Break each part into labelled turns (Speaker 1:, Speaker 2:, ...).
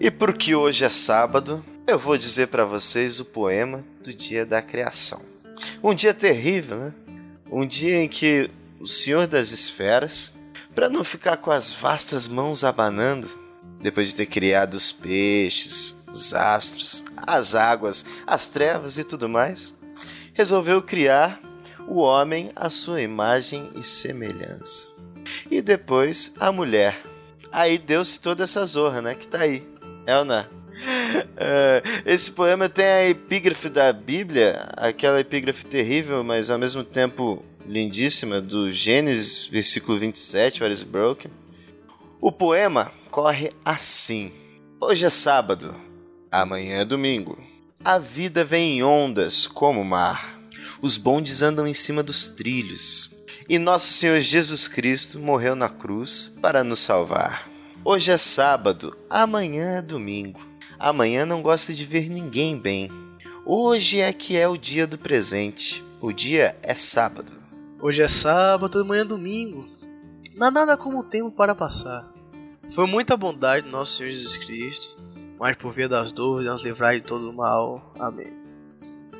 Speaker 1: E porque hoje é sábado, eu vou dizer para vocês o poema do dia da criação. Um dia terrível, né? Um dia em que o Senhor das Esferas, para não ficar com as vastas mãos abanando, depois de ter criado os peixes, os astros, as águas, as trevas e tudo mais, resolveu criar o homem à sua imagem e semelhança. E depois a mulher. Aí deu-se toda essa zorra, né? Que tá aí. É ou não? Esse poema tem a epígrafe da Bíblia, aquela epígrafe terrível, mas ao mesmo tempo lindíssima, do Gênesis, versículo 27, What is Broken. O poema corre assim: Hoje é sábado, amanhã é domingo. A vida vem em ondas como o mar. Os bondes andam em cima dos trilhos. E nosso Senhor Jesus Cristo morreu na cruz para nos salvar. Hoje é sábado, amanhã é domingo. Amanhã não gosta de ver ninguém bem. Hoje é que é o dia do presente. O dia é sábado.
Speaker 2: Hoje é sábado, amanhã é domingo. Não há nada como o tempo para passar. Foi muita bondade do nosso Senhor Jesus Cristo, mas por via das dúvidas nos livrai de todo o mal. Amém.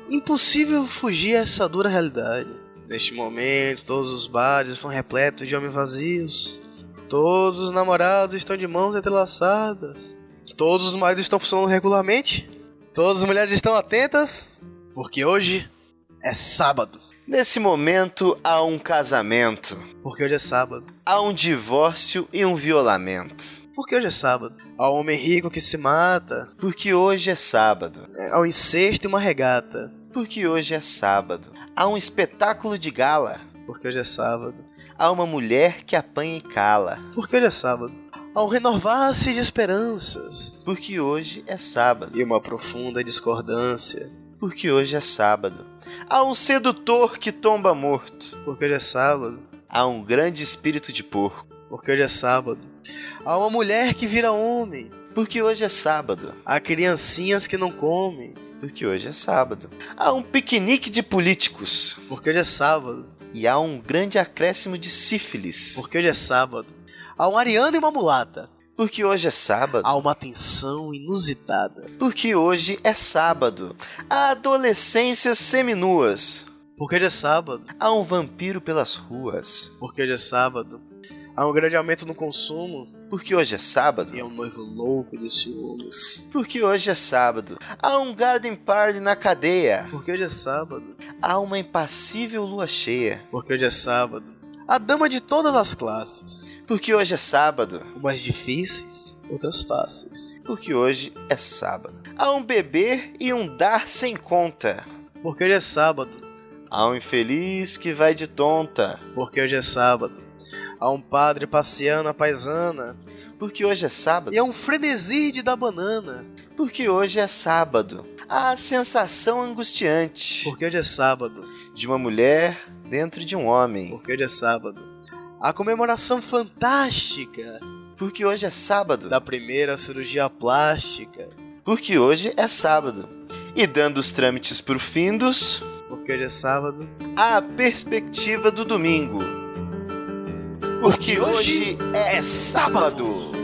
Speaker 2: Impossível fugir a essa dura realidade. Neste momento, todos os bares estão repletos de homens vazios. Todos os namorados estão de mãos entrelaçadas. Todos os maridos estão funcionando regularmente. Todas as mulheres estão atentas. Porque hoje é sábado.
Speaker 1: Nesse momento há um casamento,
Speaker 2: Porque hoje é sábado.
Speaker 1: há um divórcio e um violamento.
Speaker 2: Porque hoje é sábado. Há um homem rico que se mata.
Speaker 1: Porque hoje é sábado.
Speaker 2: Há um incesto e uma regata.
Speaker 1: Porque hoje é sábado. Há um espetáculo de gala.
Speaker 2: Porque hoje é sábado.
Speaker 1: Há uma mulher que apanha e cala.
Speaker 2: Porque hoje é sábado. Há um renovar-se de esperanças.
Speaker 1: Porque hoje é sábado.
Speaker 2: E uma profunda discordância.
Speaker 1: Porque hoje é sábado. Há um sedutor que tomba morto.
Speaker 2: Porque hoje é sábado.
Speaker 1: Há um grande espírito de porco.
Speaker 2: Porque hoje é sábado. Há uma mulher que vira homem.
Speaker 1: Porque hoje é sábado.
Speaker 2: Há criancinhas que não comem.
Speaker 1: Porque hoje é sábado. Há um piquenique de políticos.
Speaker 2: Porque hoje é sábado.
Speaker 1: E há um grande acréscimo de sífilis.
Speaker 2: Porque hoje é sábado. Há um ariano e uma mulata.
Speaker 1: Porque hoje é sábado.
Speaker 2: Há uma tensão inusitada.
Speaker 1: Porque hoje é sábado. Há adolescências seminuas.
Speaker 2: Porque hoje é sábado.
Speaker 1: Há um vampiro pelas ruas.
Speaker 2: Porque hoje é sábado. Há um grande aumento no consumo.
Speaker 1: Porque hoje é sábado.
Speaker 2: E é um noivo louco de ciúmes.
Speaker 1: Porque hoje é sábado. Há um garden party na cadeia.
Speaker 2: Porque hoje é sábado.
Speaker 1: Há uma impassível lua cheia.
Speaker 2: Porque hoje é sábado. A dama de todas as classes.
Speaker 1: Porque hoje é sábado.
Speaker 2: Umas difíceis, outras fáceis.
Speaker 1: Porque hoje é sábado. Há um beber e um dar sem conta.
Speaker 2: Porque hoje é sábado.
Speaker 1: Há um infeliz que vai de tonta.
Speaker 2: Porque hoje é sábado. Há um padre passeando a paisana.
Speaker 1: Porque hoje é sábado.
Speaker 2: E é um frenesi de dar banana.
Speaker 1: Porque hoje é sábado. Há a sensação angustiante
Speaker 2: Porque hoje é sábado.
Speaker 1: de uma mulher dentro de um homem.
Speaker 2: Porque hoje é sábado. A comemoração fantástica
Speaker 1: Porque hoje é sábado.
Speaker 2: da primeira cirurgia plástica.
Speaker 1: Porque hoje é sábado. E dando os trâmites por findos,
Speaker 2: Porque hoje é sábado.
Speaker 1: há a perspectiva do domingo. Porque hoje é sábado.